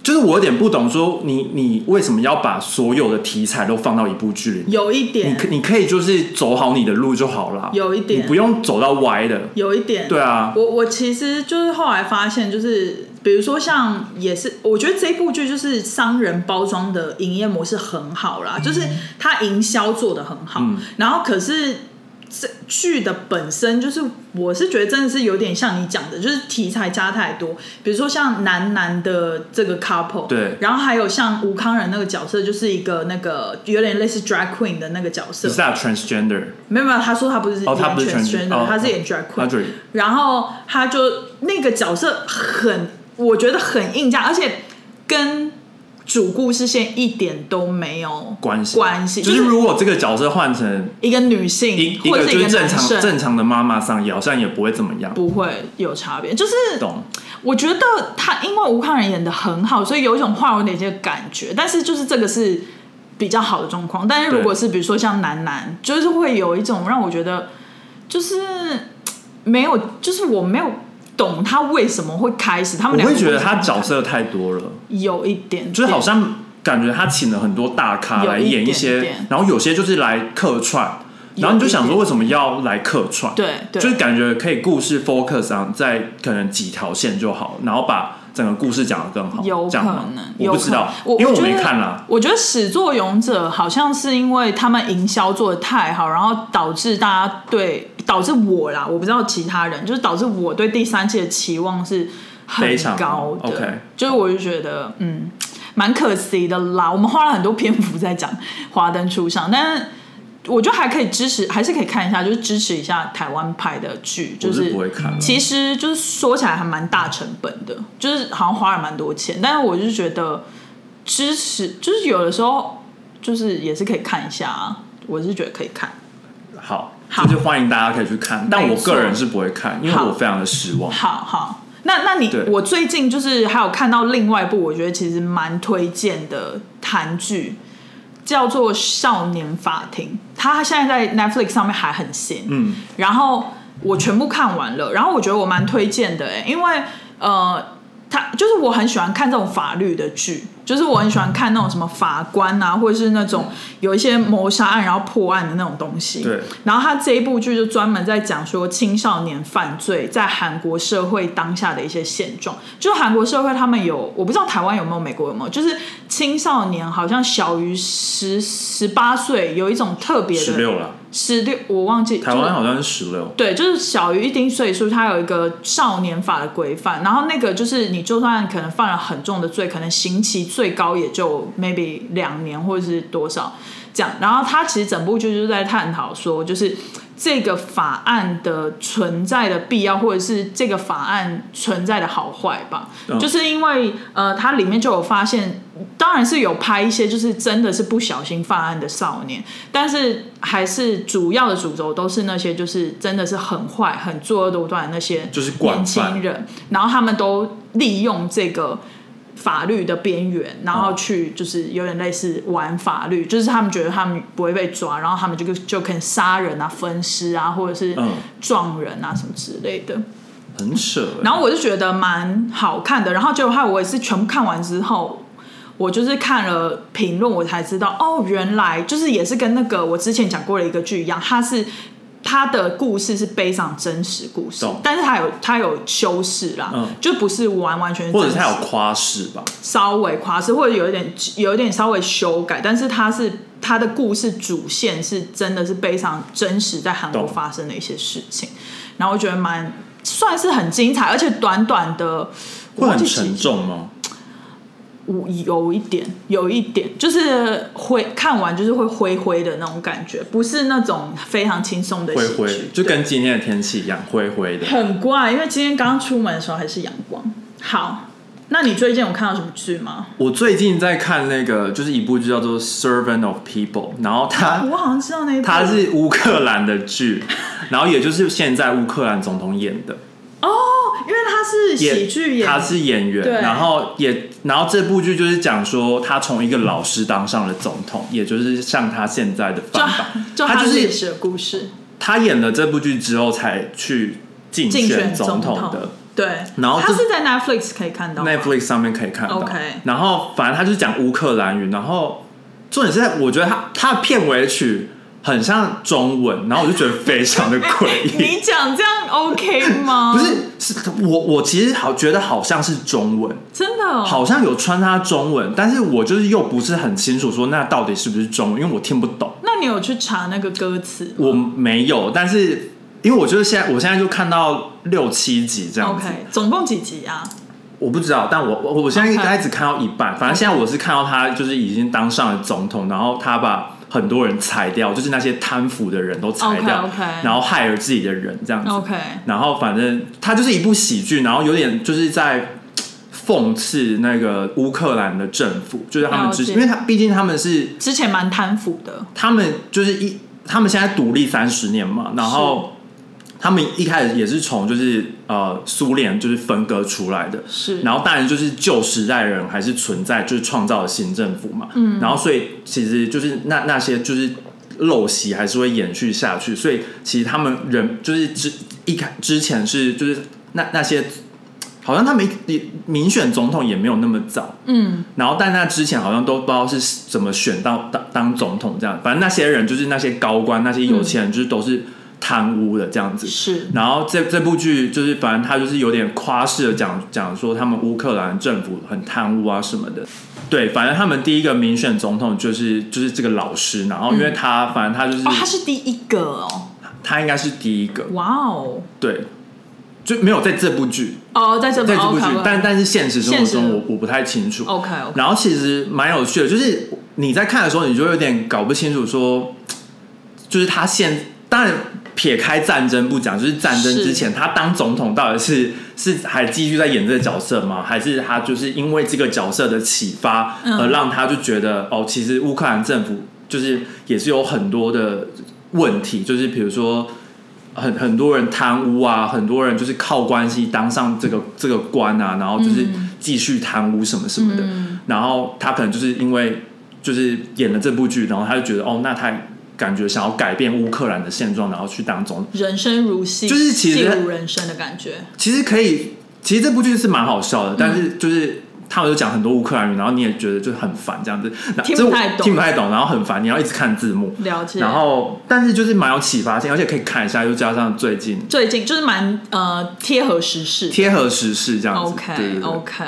A: 就是我有点不懂，说你你为什么要把所有的题材都放到一部剧里面？
B: 有一
A: 你可
B: 点，
A: 你可以就是走好你的路就好了，
B: 有一点
A: 你不用走到歪的。
B: 有一点，
A: 对啊，
B: 我我其实就是后来发现，就是比如说像也是，我觉得这部剧就是商人包装的营业模式很好啦，就是它营销做的很好，
A: 嗯
B: 然后可是。这剧的本身就是，我是觉得真的是有点像你讲的，就是题材加太多。比如说像男男的这个 couple，
A: 对
B: 然后还有像吴康仁那个角色，就是一个那个有点类似 drag queen 的那个角色
A: 你是，他 transgender，
B: 没有没有，他说他不是
A: 哦他不是
B: 演
A: transgender，
B: transgender，
A: 哦
B: 他是演 drag queen，
A: 他就
B: 然后他就那个角色很，我觉得很硬价，而且跟主故事线一点都没有
A: 关系
B: 关系，
A: 就是如果这个角色换成
B: 一个女
A: 一
B: 性
A: 一
B: 或
A: 个
B: 者
A: 就是
B: 一
A: 是
B: 个
A: 正
B: 男
A: 常
B: 生，
A: 正常的妈妈上，也好像也不会怎么样，
B: 不会有差别。就是
A: 懂？
B: 我觉得他因为吴康仁演的很好，所以有一种化为连接的感觉，但是就是这个是比较好的状况。但是如果是比如说像楠楠，就是会有一种让我觉得就是没有，就是我没有懂他为什么会开始，他
A: 我
B: 们两个
A: 会觉得
B: 为什么
A: 他
B: 会
A: 角色太多了，
B: 有一点点，
A: 就是好像感觉他请了很多大咖来演
B: 有一点
A: 些
B: 点，
A: 然后有些就是来客串，然后你就想说为什么要来客串？
B: 对对
A: 就是感觉可以故事 focus on 在可能几条线就好，然后把整个故事讲得更好，
B: 有
A: 这
B: 可
A: 样吗
B: 能，
A: 我
B: 有
A: 不
B: 可
A: 知道，
B: 我
A: 因为我
B: 觉
A: 没
B: 得
A: 看啦。
B: 我觉得始作俑者好像是因为他们营销做的太好，然后导致大家对导致我啦，我不知道其他人，就是导致我对第三季的期望是很
A: 非常
B: 高的。
A: 高，OK
B: 就是我就觉得嗯，蛮可惜的啦。我们花了很多篇幅在讲《华灯初上》，但是我觉得还可以支持，还是可以看一下，就是支持一下台湾拍的剧，就
A: 我是不会看了啊
B: 其实就是说起来还蛮大成本的，就是好像花了蛮多钱，但是我就觉得支持，就是有的时候就是也是可以看一下啊，我是觉得可以看。
A: 好，
B: 好
A: 就是欢迎大家可以去看，但我
B: 没错
A: 个人是不会看，因为
B: 好
A: 我非常的失望。
B: 好好，那那你
A: 对
B: 我最近就是还有看到另外一部，我觉得其实蛮推荐的韩剧，叫做《少年法庭》，它现在在 Netflix 上面还很新。
A: 嗯，
B: 然后我全部看完了，然后我觉得我蛮推荐的、欸，因为呃，他就是我很喜欢看这种法律的剧，就是我很喜欢看那种什么法官啊，或者是那种有一些谋杀案然后破案的那种东西。
A: 对。
B: 然后他这一部剧就专门在讲说青少年犯罪在韩国社会当下的一些现状，就是韩国社会他们有，我不知道台湾有没有，美国有没有，就是青少年好像小于十十八岁有一种特别的
A: 十六了，
B: 十六，我忘记
A: 台
B: 就是
A: 湾好像是十六，
B: 对，就是小于一定岁数，它有一个少年法的规范。然后那个就是，你就算可能犯了很重的罪，可能刑期最高也就 maybe 两年或者是多少这样。然后它其实整部剧就是在探讨说，就是这个法案的存在的必要，或者是这个法案存在的好坏吧。
A: 嗯
B: 就是因为呃，它里面就有发现，当然是有拍一些就是真的是不小心犯案的少年，但是还是主要的主轴都是那些就是真的是很坏、很作恶多端的那些
A: 就是惯
B: 年
A: 犯
B: 轻人，然后他们都利用这个。法律的边缘，然后去就是有点类似玩法律，就是他们觉得他们不会被抓，然后他们就就可以杀人啊、分尸啊，或者是
A: 嗯
B: 撞人啊什么之类的。
A: 很扯。欸
B: 然后我就觉得蛮好看的，然后结果害我也是全部看完之后，我就是看了评论，我才知道哦，原来就是也是跟那个我之前讲过的一个剧一样，它是它的故事是悲伤真实故事
A: 懂，
B: 但是它有它有修饰啦，
A: 嗯
B: 就不是完完全全
A: 或者是
B: 真
A: 他
B: 实
A: 有夸饰吧，
B: 稍微夸饰，或者有一点有一点稍微修改，但是它是它的故事主线是真的是非常真实在韩国
A: 懂
B: 发生的一些事情，然后我觉得蛮算是很精彩，而且短短的
A: 会很，
B: 我忘
A: 沉
B: 记几
A: 重吗？
B: 我有一点有一点就是会看完就是会灰灰的那种感觉，不是那种非常轻松的
A: 灰
B: 喜
A: 灰
B: 剧，
A: 就跟今天的天气一样，灰灰的。
B: 很怪，因为今天刚出门的时候还是阳光。好，那你最近有看到什么剧吗？
A: 我最近在看那个，就是一部剧叫做《Servant of People》，然后它
B: 我好像知道那一部
A: 它是乌克兰的剧，然后也就是现在乌克兰总统演的，
B: 哦，因为他是喜剧演
A: 他是演员，
B: 对
A: 然后也然后这部剧就是讲说他从一个老师当上了总统，也就是像他现在的翻版，
B: 就
A: 他
B: 他
A: 就
B: 历
A: 是
B: 史的故事，
A: 他演了这部剧之后才去竞
B: 竞选
A: 选总
B: 统
A: 统的。
B: 对，
A: 然后
B: 他
A: 这
B: 是在 Netflix 可以看到吗
A: Netflix 上面可以看到。
B: OK
A: 然后反正他就是讲乌克兰语，然后重点是在我觉得他他的片尾曲很像中文，然后我就觉得非常的诡异。
B: 你讲这样 OK 吗？
A: 不是，是我我其实好觉得好像是中文，
B: 真的、哦，
A: 好像有穿插中文，但是我就是又不是很清楚说那到底是不是中文，因为我听不懂。
B: 那你有去查那个歌词
A: 我没有，
B: 嗯
A: 但是因为我就是现在我现在就看到六七集这样子。
B: ？OK，总共几集啊？
A: 我不知道，但我我我现在
B: OK
A: 应该只看到一半。反正现在我是看到他就是已经当上了总统，然后他把很多人裁掉，就是那些贪腐的人都裁掉
B: OK，OK
A: 然后害了自己的人这样子。
B: OK
A: 然后反正它就是一部喜剧，然后有点就是在讽刺那个乌克兰的政府，就是他们之
B: 了解
A: 前，因为他毕竟他们是
B: 之前蛮贪腐的，
A: 他们就是一，他们现在独立三十年嘛，然后他们一开始也是从就是呃苏联就是分割出来的，
B: 是
A: 然后当然就是旧时代人还是存在，就是创造了新政府嘛，嗯，然后所以其实就是那那些就是陋习还是会延续下去，所以其实他们人就是之一开之前是就是那那些好像他没民选总统也没有那么早，
B: 嗯，
A: 然后但那之前好像都不知道是怎么选到当当总统这样，反正那些人就是那些高官、那些有钱人，就是都是贪污的这样子。
B: 是
A: 然后这这部剧就是，反正他就是有点夸饰的讲讲说他们乌克兰政府很贪污啊什么的。对，反正他们第一个民选总统就是就是这个老师，然后因为他、反正他就是、
B: 哦，他是第一个哦，
A: 他应该是第一个，
B: 哇哦，
A: 对，就没有在这部剧，
B: 哦，在这
A: 在这部剧，但但是现实生活
B: 现
A: 中
B: 实
A: 我我不太清楚。
B: OK OK，
A: 然后其实蛮有趣的，就是你在看的时候，你就有点搞不清楚说，就是他现当然撇开战争不讲，就是战争
B: 是
A: 之前他当总统到底是是还继续在演这个角色吗？还是他就是因为这个角色的启发，
B: 嗯
A: 而让他就觉得哦，其实乌克兰政府就是也是有很多的问题，就是比如说。很很多人贪污啊，很多人就是靠关系当上这个这个官啊，然后就是
B: 嗯
A: 继续贪污什么什么的。然后他可能就是因为就是演了这部剧，然后他就觉得哦，那他感觉想要改变乌克兰的现状，然后去当总。
B: 人生如戏，
A: 就是其实
B: 戏如人生的感觉，
A: 其实可以，其实这部剧是蛮好笑
B: 嗯
A: 的，但是就是。他们就讲很多乌克兰语，然后你也觉得就很烦这样子，那
B: 听
A: 这
B: 不
A: 我
B: 太懂
A: 听不太懂，然后很烦，你要一直看字幕，
B: 了解。
A: 然后但是就是蛮有启发性，而且可以看一下，又加上最近
B: 最近就是蛮呃贴合时事
A: 贴合时事这样子。对对
B: ，OK
A: 对
B: OK，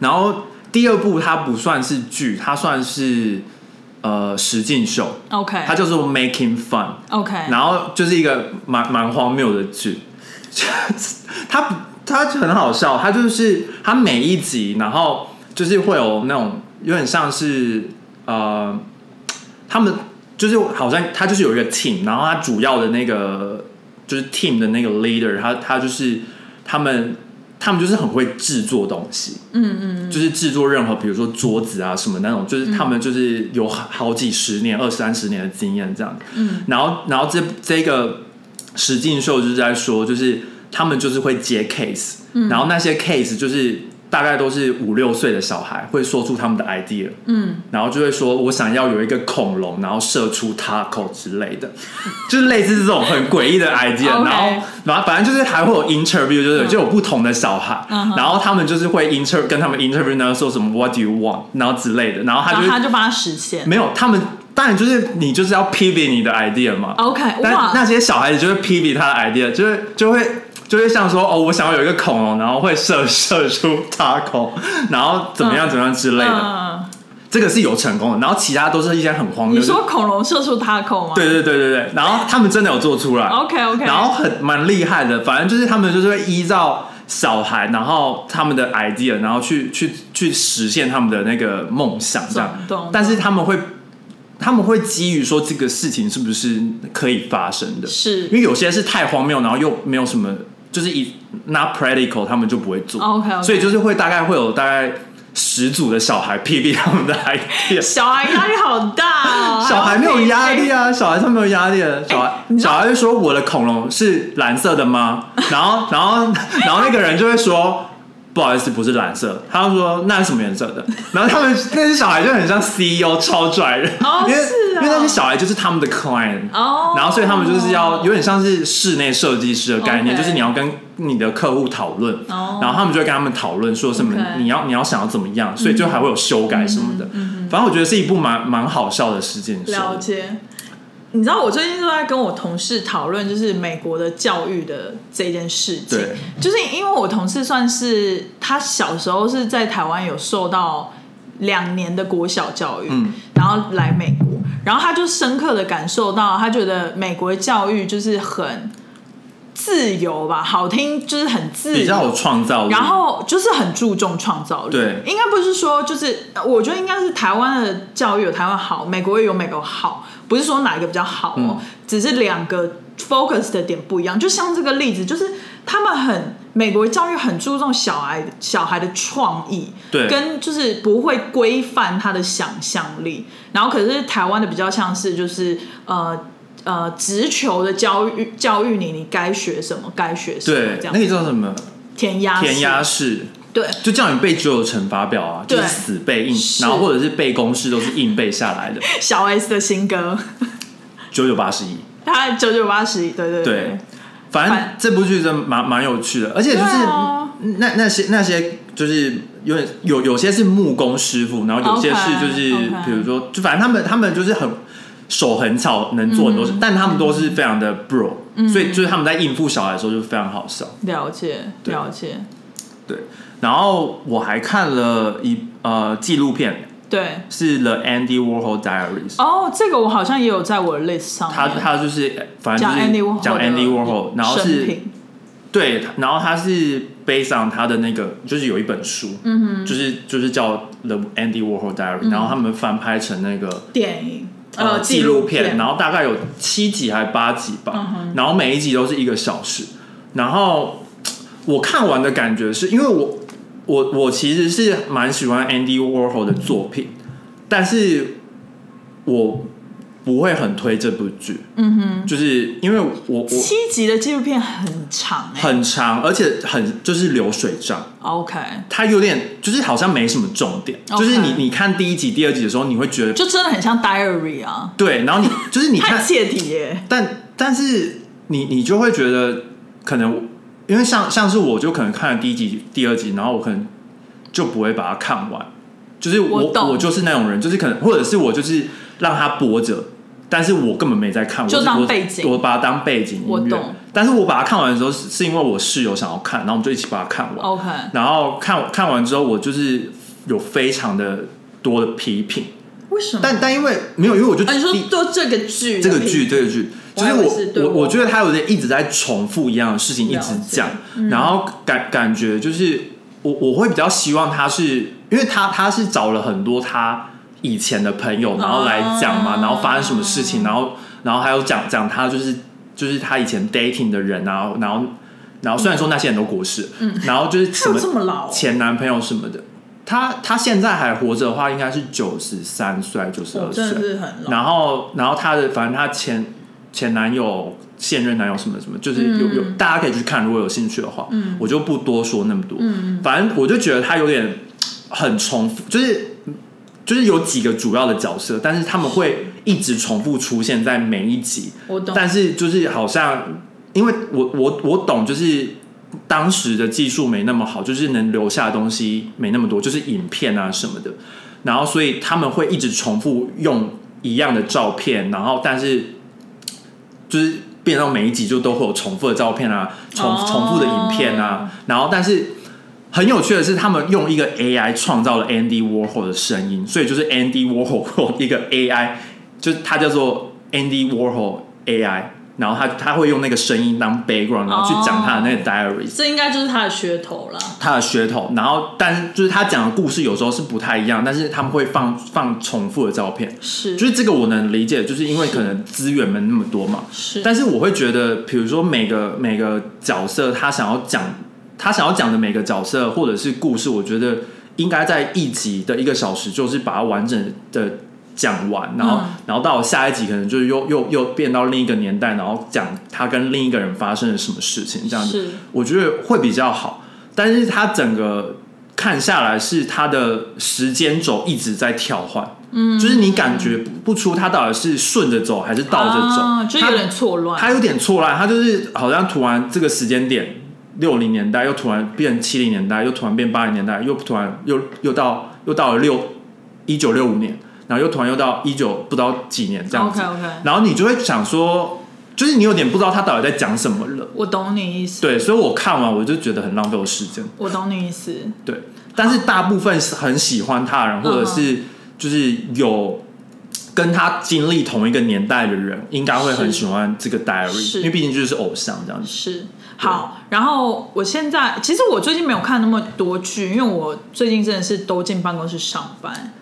A: 然后第二部它不算是剧，它算是呃实境秀，
B: OK，
A: 它叫做 Making Fun，
B: OK，
A: 然后就是一个蛮蛮荒谬的剧， 它不它很好笑，它就是它每一集，然后就是会有那种有点像是呃他们。就是好像他就是有一个 team，然后他主要的那个就是 team 的那个 leader，他他就是他们他们就是很会制作东西，
B: 嗯嗯，
A: 就是制作任何，比如说桌子啊什么那种，就是他们就是有好好几十年、二三十年的经验这样。
B: 嗯，
A: 然后然后这这个石进秀就是在说，就是他们就是会接 case，、然后
B: 嗯
A: 那些 case 就是大概都是五六岁的小孩会说出他们的 idea，
B: 嗯，
A: 然后就会说我想要有一个恐龙，然后射出 taco 之类的，就是类似这种很诡异的 idea，然
B: OK
A: 后然后反正就是还会有 interview，就是、就有不同的小孩，
B: 嗯嗯哼
A: 然后他们就是会 inter 跟他们 interview 然后说什么 What do you want，然后之类的，然后他
B: 然
A: 就
B: 后
A: 是
B: 他就帮他实现
A: 没有他们，当然就是你就是要 pivot 你的 idea 嘛，
B: ，OK，
A: 但
B: 哦哇，呃
A: 那些小孩子就会 pivot 他的 idea，就会就会。就会像说哦，我想要有一个恐龙，然后会射射出 taco，然 后怎么样
B: 嗯
A: 怎么样之类的，
B: 嗯，
A: 这个是有成功的，然后其他都是一些很荒
B: 你
A: 谬。
B: 说哎恐龙射出他口吗？
A: 对对对对对，然后他们真的有做出来，
B: ，OK OK，
A: 然后很蛮厉害的，反正就是他们就是会依照小孩，然后他们的 idea，然后去去去实现他们的那个梦想这样
B: 懂懂。
A: 但是他们会他们会基于说这个事情是不是可以发生的，因
B: 是
A: 为有些是太荒谬，然后又没有什么，就是以 not practical，他们就不会做。
B: OK，
A: 所以就是会大概会有大概十组的小孩 PB 他们的 idea。
B: 小孩压力好大哦，
A: 小孩没有压力
B: 啊，
A: 啊，小孩他没有压力
B: 哎
A: 的，小孩小孩就说我的恐龙是蓝色的 吗？然后然后然后那个人就会说。不好意思，不是蓝色。他就说那是什么颜色的？然后他们那些小孩就很像 CEO 超拽人，
B: 哦
A: 因为、
B: 是啊
A: 因为那些小孩就是他们的 client，、
B: 哦，
A: 然后所以他们就是要有点像是室内设计师的概念就
B: OK
A: 是你要跟你的客户讨论
B: 哦
A: 然后他们就会跟他们讨论说什么
B: OK 嗯
A: 你要你要想要怎么样，所以就还会有修改什么的。反正我觉得是一部蛮蛮好笑的事件。
B: 了解。你知道我最近都在跟我同事讨论，就是美国的教育的这件事情
A: 对。
B: 就是因为我同事算是他小时候是在台湾有受到两年的国小教育，
A: 嗯
B: 然后来美国，然后他就深刻的感受到，他觉得美国的教育就是很自由吧，好听就是很自由，
A: 比较有创造力。
B: 然后就是很注重创造力，
A: 嗯对
B: 应该不是说就是，呃我觉得应该是台湾的教育有台湾好，美国也有美国好，不是说哪一个比较好哦，
A: 嗯
B: 只是两个 focus 的点不一样。就像这个例子，就是他们很美国教育很注重小孩小孩的创意，
A: 对
B: 跟就是不会规范他的想象力。然后可是台湾的比较像是就是呃。呃，直球的教育教育你，你该学什么，该学什么，
A: 对
B: 这，样啊
A: 那个叫什么
B: 填鸭式
A: 填鸭式，
B: 对，
A: 就叫你背只有乘法表啊，就是
B: 对
A: 死背硬，
B: 是
A: 然后或者是背公式都是硬背下来的，
B: 小 S 的新歌，
A: 九九八十一。
B: 他九九八十，对对
A: 对，反正
B: 反
A: 这部剧真蛮蛮有趣的，而且就
B: 对
A: 是
B: 啊
A: 那那些那些就是有点有有些是木工师傅，然后有些是就是
B: OK，OK
A: 比如说，就反正他们他们就是很手很巧，能
B: 嗯
A: 做很多事，但他们都是非常的 bro，、所以就是他们在应付小孩的时候就非常好笑。
B: 了解
A: 对
B: 了解，
A: 对，然后我还看了一呃纪录片，
B: 对。
A: 是《The Andy Warhol Diaries》
B: 哦，这个我好像也有在我的 list 上面。
A: 他他就是反正
B: 讲
A: 就是
B: Andy Warhol，
A: 讲 Andy Warhol，然后
B: 生
A: 是
B: 平
A: 对，然后他是 based on 他的那个，就是有一本书，嗯哼，嗯就是就是叫 The Andy Warhol Diary，、然后他们翻拍成那个
B: 电影呃
A: 呃纪录片，嗯然后大概有七集还八集吧，然后每一集都是一个小时。然后我看完的感觉是因为我我我其实是蛮喜欢 Andy Warhol 的作品，但是我不会很推这部剧，嗯哼，就是因为我我
B: 七集的纪录片很长哎、
A: 很长，而且很就是流水账。
B: OK，
A: 它有点就是好像没什么重点
B: OK
A: 就是你你看第一集、第二集的时候，你会觉得
B: 就真的很像 diary 啊，
A: 对，然后 你就是你
B: 太
A: 看，
B: 切题耶、
A: 但但是你你就会觉得可能因为像像是我就可能看了第一集、第二集，然后我可能就不会把它看完，就是我
B: 我懂
A: 就是那种人，就是可能或者是我就是让它播着。但是我根本没在看，我
B: 就当
A: 我
B: 背景
A: 我把它当背景音乐
B: 我懂
A: 但是我把它看完的时候，是是因为我室友想要看，然后我们就一起把它看完。
B: OK，
A: 然后看看完之后，我就是有非常的多的批评，
B: 为什么？
A: 嗯但但因为没有，因为我就
B: 啊，你说
A: 第
B: 做这个剧，
A: 这个剧，这个剧，
B: 我
A: 就
B: 还
A: 是
B: 以为
A: 我
B: 是对
A: 我
B: 我
A: 我觉得他有点一直在重复一样的事情，一
B: 了
A: 直
B: 解
A: 讲，
B: 嗯
A: 然后感感觉就是我我会比较希望他是，因为他他是找了很多他以前的朋友，然后来讲嘛，
B: 啊
A: 然后发生什么事
B: 哦
A: 情，然后然后还有讲讲他就是就是他以前 dating 的人啊，然后然后虽然说那些人都过世，
B: 嗯
A: 然后就是
B: 还
A: 什
B: 有
A: 么
B: 这么老？
A: 前男朋友什么的。他他现在还活着的话，应该是九十三岁、九十
B: 我
A: 二岁
B: 哦真，的是很老。
A: 然后，然后他的反正他前前男友、现任男友什么什么，就是有、
B: 嗯
A: 有大家可以去看，如果有兴趣的话，嗯，我就不多说那么多，嗯，反正我就觉得他有点很重复，就是就是有几个主要的角色，但是他们会一直重复出现在每一集，
B: 我懂，
A: 但是就是好像因为我我我懂就是。当时的技术没那么好，就是能留下的东西没那么多，就是影片啊什么的。然后所以他们会一直重复用一样的照片，然后但是就是变到每一集就都会有重复的照片啊，重
B: 哦
A: 重复的影片啊，然后但是。很有趣的是，他们用一个 AI 创造了 Andy Warhol 的声音，所以就是 Andy Warhol 用一个 AI，就是它叫做 Andy Warhol AI，然后他他会用那个声音当 background，然后去讲他的那个 diary，、
B: 这应该就是他的噱头啦。
A: 他的噱头，然后但是就是他讲的故事有时候是不太一样，但是他们会放放重复的照片，
B: 是，
A: 就是这个我能理解，就是因为可能资源没那么多嘛。
B: 是，
A: 但是我会觉得，比如说每个每个角色他想要讲他想要讲的每个角色或者是故事，我觉得应该在一集的一个小时，就是把它完整的讲完，然后、
B: 嗯
A: 然后到下一集可能就是又又又变到另一个年代，然后讲他跟另一个人发生了什么事情这样子。
B: 是
A: 我觉得会比较好。但是它整个看下来是它的时间轴一直在跳换，嗯，就是你感觉不不出它到底是顺着走还是倒着走，
B: 啊就有点错
A: 它
B: 乱。
A: 它有点错乱，它就是好像突然这个时间点六零年代又突然变七零年代，又突然变八零年代，又突然又又到又到了六一九六五年，然后又突然又到一九不知道几年这样
B: OK
A: 子，
B: OK，
A: 然后你就会想说，就是你有点不知道他到底在讲什么了。
B: 我懂你意思，
A: 对，所以我看完我就觉得很浪费我时间。
B: 我懂你意思。
A: 对，但是大部分是很喜欢他的人，或者
B: 嗯
A: 是就是有跟他经历同一个年代的人，应该会很喜欢这个 diary，
B: 是
A: 因为毕竟就是偶像这样子。
B: 是好，然后我现在其实我最近没有看那么多剧，因为我最近真的是都进办公室上班，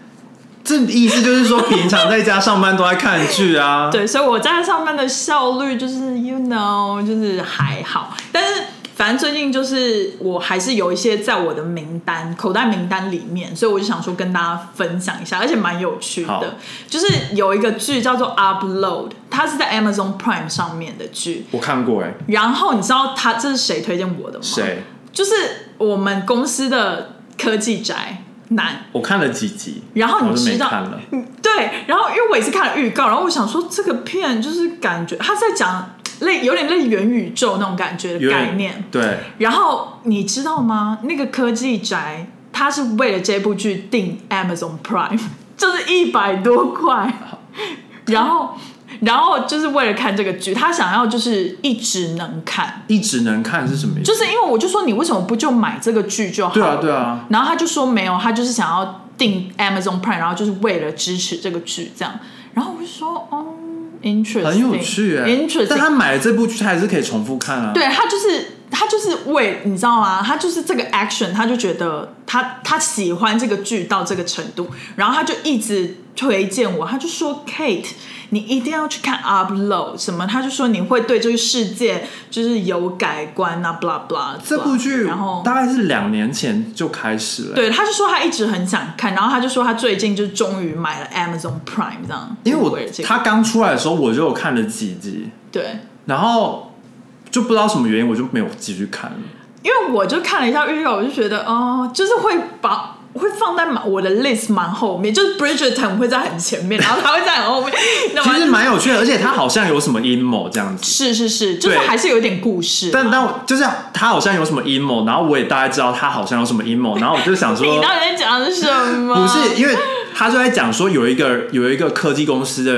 A: 这意思就是说，平常在家上班都在看剧啊。
B: 对，所以我在上班的效率就是 you know 就是还好，但是反正最近就是我还是有一些在我的名单口袋名单里面，所以我就想说跟大家分享一下，而且蛮有趣
A: 好
B: 的，就是有一个剧叫做 Upload，它是在 Amazon Prime 上面的剧，
A: 我看过哎、
B: 然后你知道它这是谁推荐我的吗？
A: 谁？
B: 就是我们公司的科技宅男。
A: 我看了几集，
B: 然后你
A: 我就没
B: 知道
A: 看了。
B: 嗯对，然后因为我也是看了预告，然后我想说这个片就是感觉他在讲类有点类元宇宙那种感觉的
A: 有点
B: 概念。
A: 对，
B: 然后你知道吗？那个科技宅，他是为了这部剧订 Amazon Prime，就是 一百多块， 然后然后就是为了看这个剧，他想要就是一直能看，
A: 一直能看是什么意思？
B: 就是因为我就说你为什么不就买这个剧就好？
A: 对啊，对啊，
B: 然后他就说没有，他就是想要订 Amazon Prime，然后就是为了支持这个剧这样。然后我就说，哦，interesting，
A: 很有趣哎、
B: ，interesting。
A: 但他买了这部剧，他还是可以重复看啊。
B: 对他就是他就是为你知道吗？他就是这个 action，他就觉得他他喜欢这个剧到这个程度，然后他就一直推荐我，他就说 Kate，你一定要去看 Upload 什么，他就说你会对这个世界就是有改观啊，blah blah, blah。
A: 这部剧
B: 然后
A: 大概是两年前就开始了、欸
B: 对，他就说他一直很想看，然后他就说他最近就终于买了 Amazon Prime 这样，
A: 因为我
B: 为了这个
A: 他刚出来的时候我就有看了几集，
B: 对。
A: 然后就不知道什么原因我就没有继续看了。
B: 因为我就看了一下预告，我就觉得哦，就是会把会放在我的 list 蛮后面，就是 Bridgerton 会在很前面，然后他会在很后面，那
A: 其实
B: 么
A: 蛮有趣的，而且他好像有什么阴谋这样子。
B: 是是是，就是
A: 对
B: 还是有点故事。
A: 但但我就是他好像有什么阴谋，然后我也大概知道他好像有什么阴谋，然后我就想说
B: 你，到底在讲什么？
A: 不是，因为他就在讲说有一个有一个科技公司的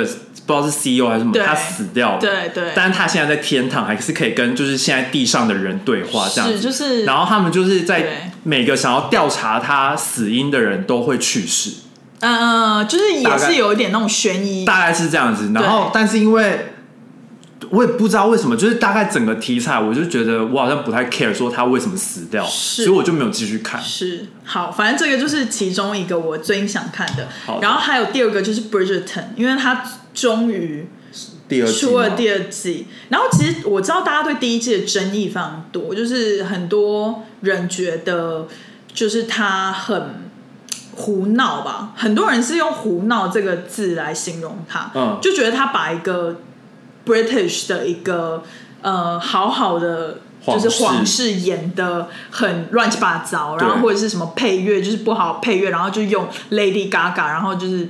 A: 不知道是 CEO 还是什么，
B: 对
A: 他死掉了，
B: 对对
A: 但是他现在在天堂还是可以跟就是现在地上的人对话这样
B: 是
A: 子，
B: 就是
A: 然后他们就是在
B: 对
A: 每个想要调查他死因的人都会去世，
B: 嗯、呃，就
A: 大
B: 是也
A: 概
B: 是有一点那种悬疑。
A: 大概是这样子。然后
B: 对
A: 但是因为。我也不知道为什么，就是大概整个题材，我就觉得我好像不太 care 说他为什么死掉，所
B: 是
A: 以我就没有继续看。
B: 是好，反正这个就是其中一个我最近想看的
A: 好的。
B: 然后还有第二个就是 Bridgerton，因为他终于
A: 第二
B: 出了
A: 吗
B: 第二季，然后其实我知道大家对第一季的争议非常多，就是很多人觉得就是他很胡闹吧，很多人是用“胡闹”这个字来形容他，
A: 嗯
B: 就觉得他把一个 British 的一个呃好好的。就是
A: 皇
B: 皇
A: 室
B: 室演的很乱七八糟，然后
A: 对
B: 或者是什么配乐就是不好配乐，然后就用 Lady Gaga，然后就是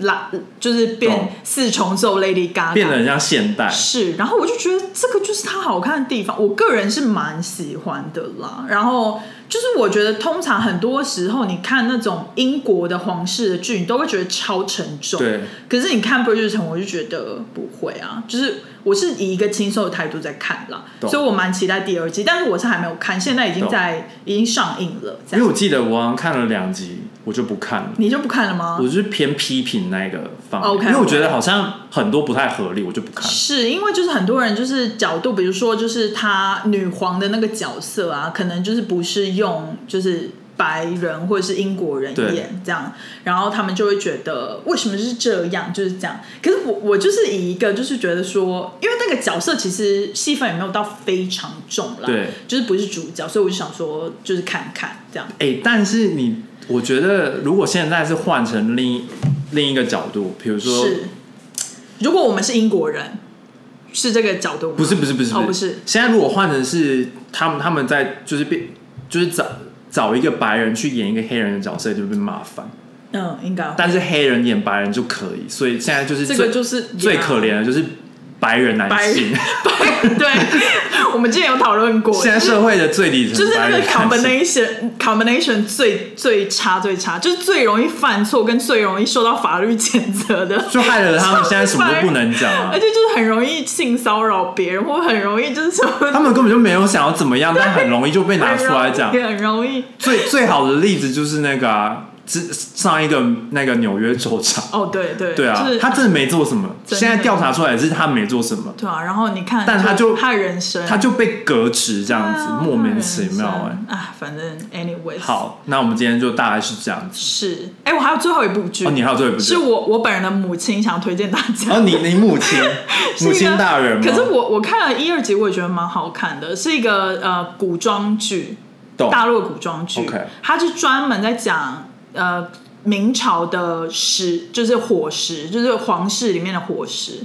B: 拉就是
A: 懂
B: 变四重奏 Lady Gaga，
A: 变得很像现代，
B: 是，然后我就觉得这个就是它好看的地方，我个人是蛮喜欢的啦。然后就是我觉得通常很多时候你看那种英国的皇室的剧，你都会觉得超沉重。
A: 对。
B: 可是你看《Bridgerton》，我就觉得不会啊，就是我是以一个轻松的态度在看啦，
A: 懂
B: 所以我蛮期待第二季，但是我是还没有看，现在已经
A: 懂
B: 在已经上映了，这
A: 因为
B: 样哦
A: 我记得我好像看了两集，我就不看了。
B: 你就不看了吗？
A: 我就是偏批评那个方面
B: OK，
A: 因为我觉得好像很多不太合理，我就不看。
B: 是因为就是很多人就是角度，比如说就是她女皇的那个角色啊，可能就是不是用就是白人或者是英国人
A: 对
B: 演这样，然后他们就会觉得为什么是这样，就是这样。可是我我就是以一个就是觉得说，因为那个角色其实戏份也没有到非常重啦，
A: 对，
B: 就是不是主角，所以我就想说就是看看这样。
A: 哎、但是你，我觉得如果现在是换成另一另一个角度，比如说，
B: 是，如果我们是英国人，是这个角度吗
A: 不是不是不是
B: 哦不是
A: 现在如果换成是他们他们在就是变就是找找一个白人去演一个黑人的角色就会麻烦，
B: 嗯，应该
A: 但是黑人演白人就可以，所以现在就是
B: 这
A: 最
B: 个就是
A: 最可怜的就是白人男
B: 白
A: 性
B: 人，对，我们之前有讨论过，
A: 现在社会的最底层
B: 就是那
A: 白
B: 个
A: 人男性
B: combination combination 最最差最差，就是最容易犯错跟最容易受到法律谴责的，
A: 就害得他们现在什么都不能讲啊
B: 而。且就是很容易性骚扰别人，或很容易就是什么
A: 他们根本就没有想要怎么样，但很容易就被拿出来讲
B: 很。容易很容易。
A: 最最好的例子就是那个啊，之上一个那个纽约州长，
B: 哦，对 对
A: 对啊
B: 就，是
A: 他真的没做什么。
B: 真的
A: 现在调查出来是他没做什么，
B: 对啊，然后你看，
A: 但他就
B: 他的人生，啊
A: 他就被革职这
B: 这
A: 样子，莫名其妙哎、
B: 啊，反正 anyways
A: 好，那我们今天就大概是这样子。
B: 是，哎，我还有最后一部剧，
A: 哦，你还有最后一部剧
B: 是我我本人的母亲想推荐大家。
A: 哦，你你母亲
B: 是一
A: 母
B: 个
A: 亲大人吗？
B: 可是我我看了一二集，我也觉得蛮好看的，是一个呃古装剧，
A: 懂
B: 大陆的古装剧
A: 哦 OK
B: 它是专门在讲呃明朝的食，就是伙食，就是皇室里面的伙食。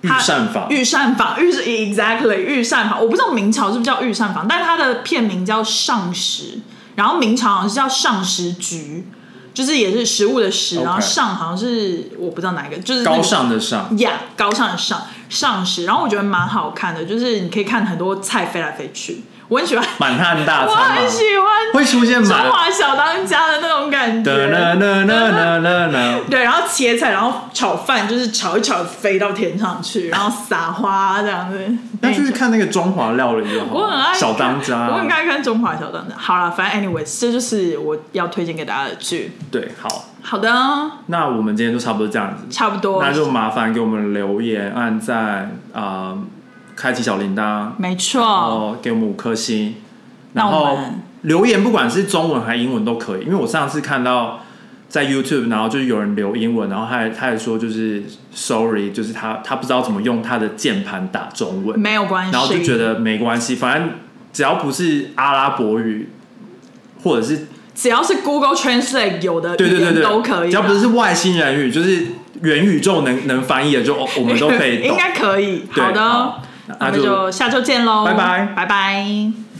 A: 御
B: 它
A: 膳房
B: 御膳房，御是 exactly 御膳房，我不知道明朝是不是叫御膳房，但是它的片名叫上食，然后明朝好像是叫上食局，就是也是食物的食，
A: OK
B: 然后上好像是我不知道哪一个，就是那个
A: 高尚的尚，
B: 呀高尚的上上食，然后我觉得蛮好看的，就是你可以看很多菜飞来飞去，我很喜欢，
A: 满汉大
B: 我
A: 餐
B: 很
A: 嘛，
B: 喜欢
A: 会出现
B: 中
A: 满。
B: 华小当家的那种感
A: 哒啦
B: 觉。
A: 啦啦啦啦啦
B: 对，然后切菜，然后炒饭，就是炒一炒飞到天上去，然后撒花这样子。
A: 那就是看那个中华料理就好了，
B: 我很爱看
A: 小当家啊，
B: 我很爱看《中华小当家》。好了，反正 anyways，这就是我要推荐给大家的剧。
A: 对，好，
B: 好的，
A: 那我们今天就差不多这样子，
B: 差不多
A: 那，就麻烦给我们留言、按赞啊、呃开启小铃铛，然
B: 没错，
A: 后给我们五颗星，
B: 那
A: 然
B: 我
A: 后
B: 们
A: 留言不管是中文还是英文都可以，因为我上次看到。在 YouTube，然后就是有人留英文，然后他还他还说就是 Sorry，就是他他不知道怎么用他的键盘打中文，
B: 没有关系。
A: 然后就觉得没关系，反正只要不是阿拉伯语，或者是
B: 只要是 Google Translate 有的
A: 对对
B: 语
A: 对
B: 言
A: 对，
B: 都可以啦，
A: 只要不是外星人语，就是元宇宙能能翻译的，就哦我们都可以
B: 应
A: 懂。
B: 该可以。
A: 对
B: 好的哦
A: 好，
B: 那
A: 那
B: 我们
A: 就
B: 就下周见喽，
A: 拜拜
B: 拜拜。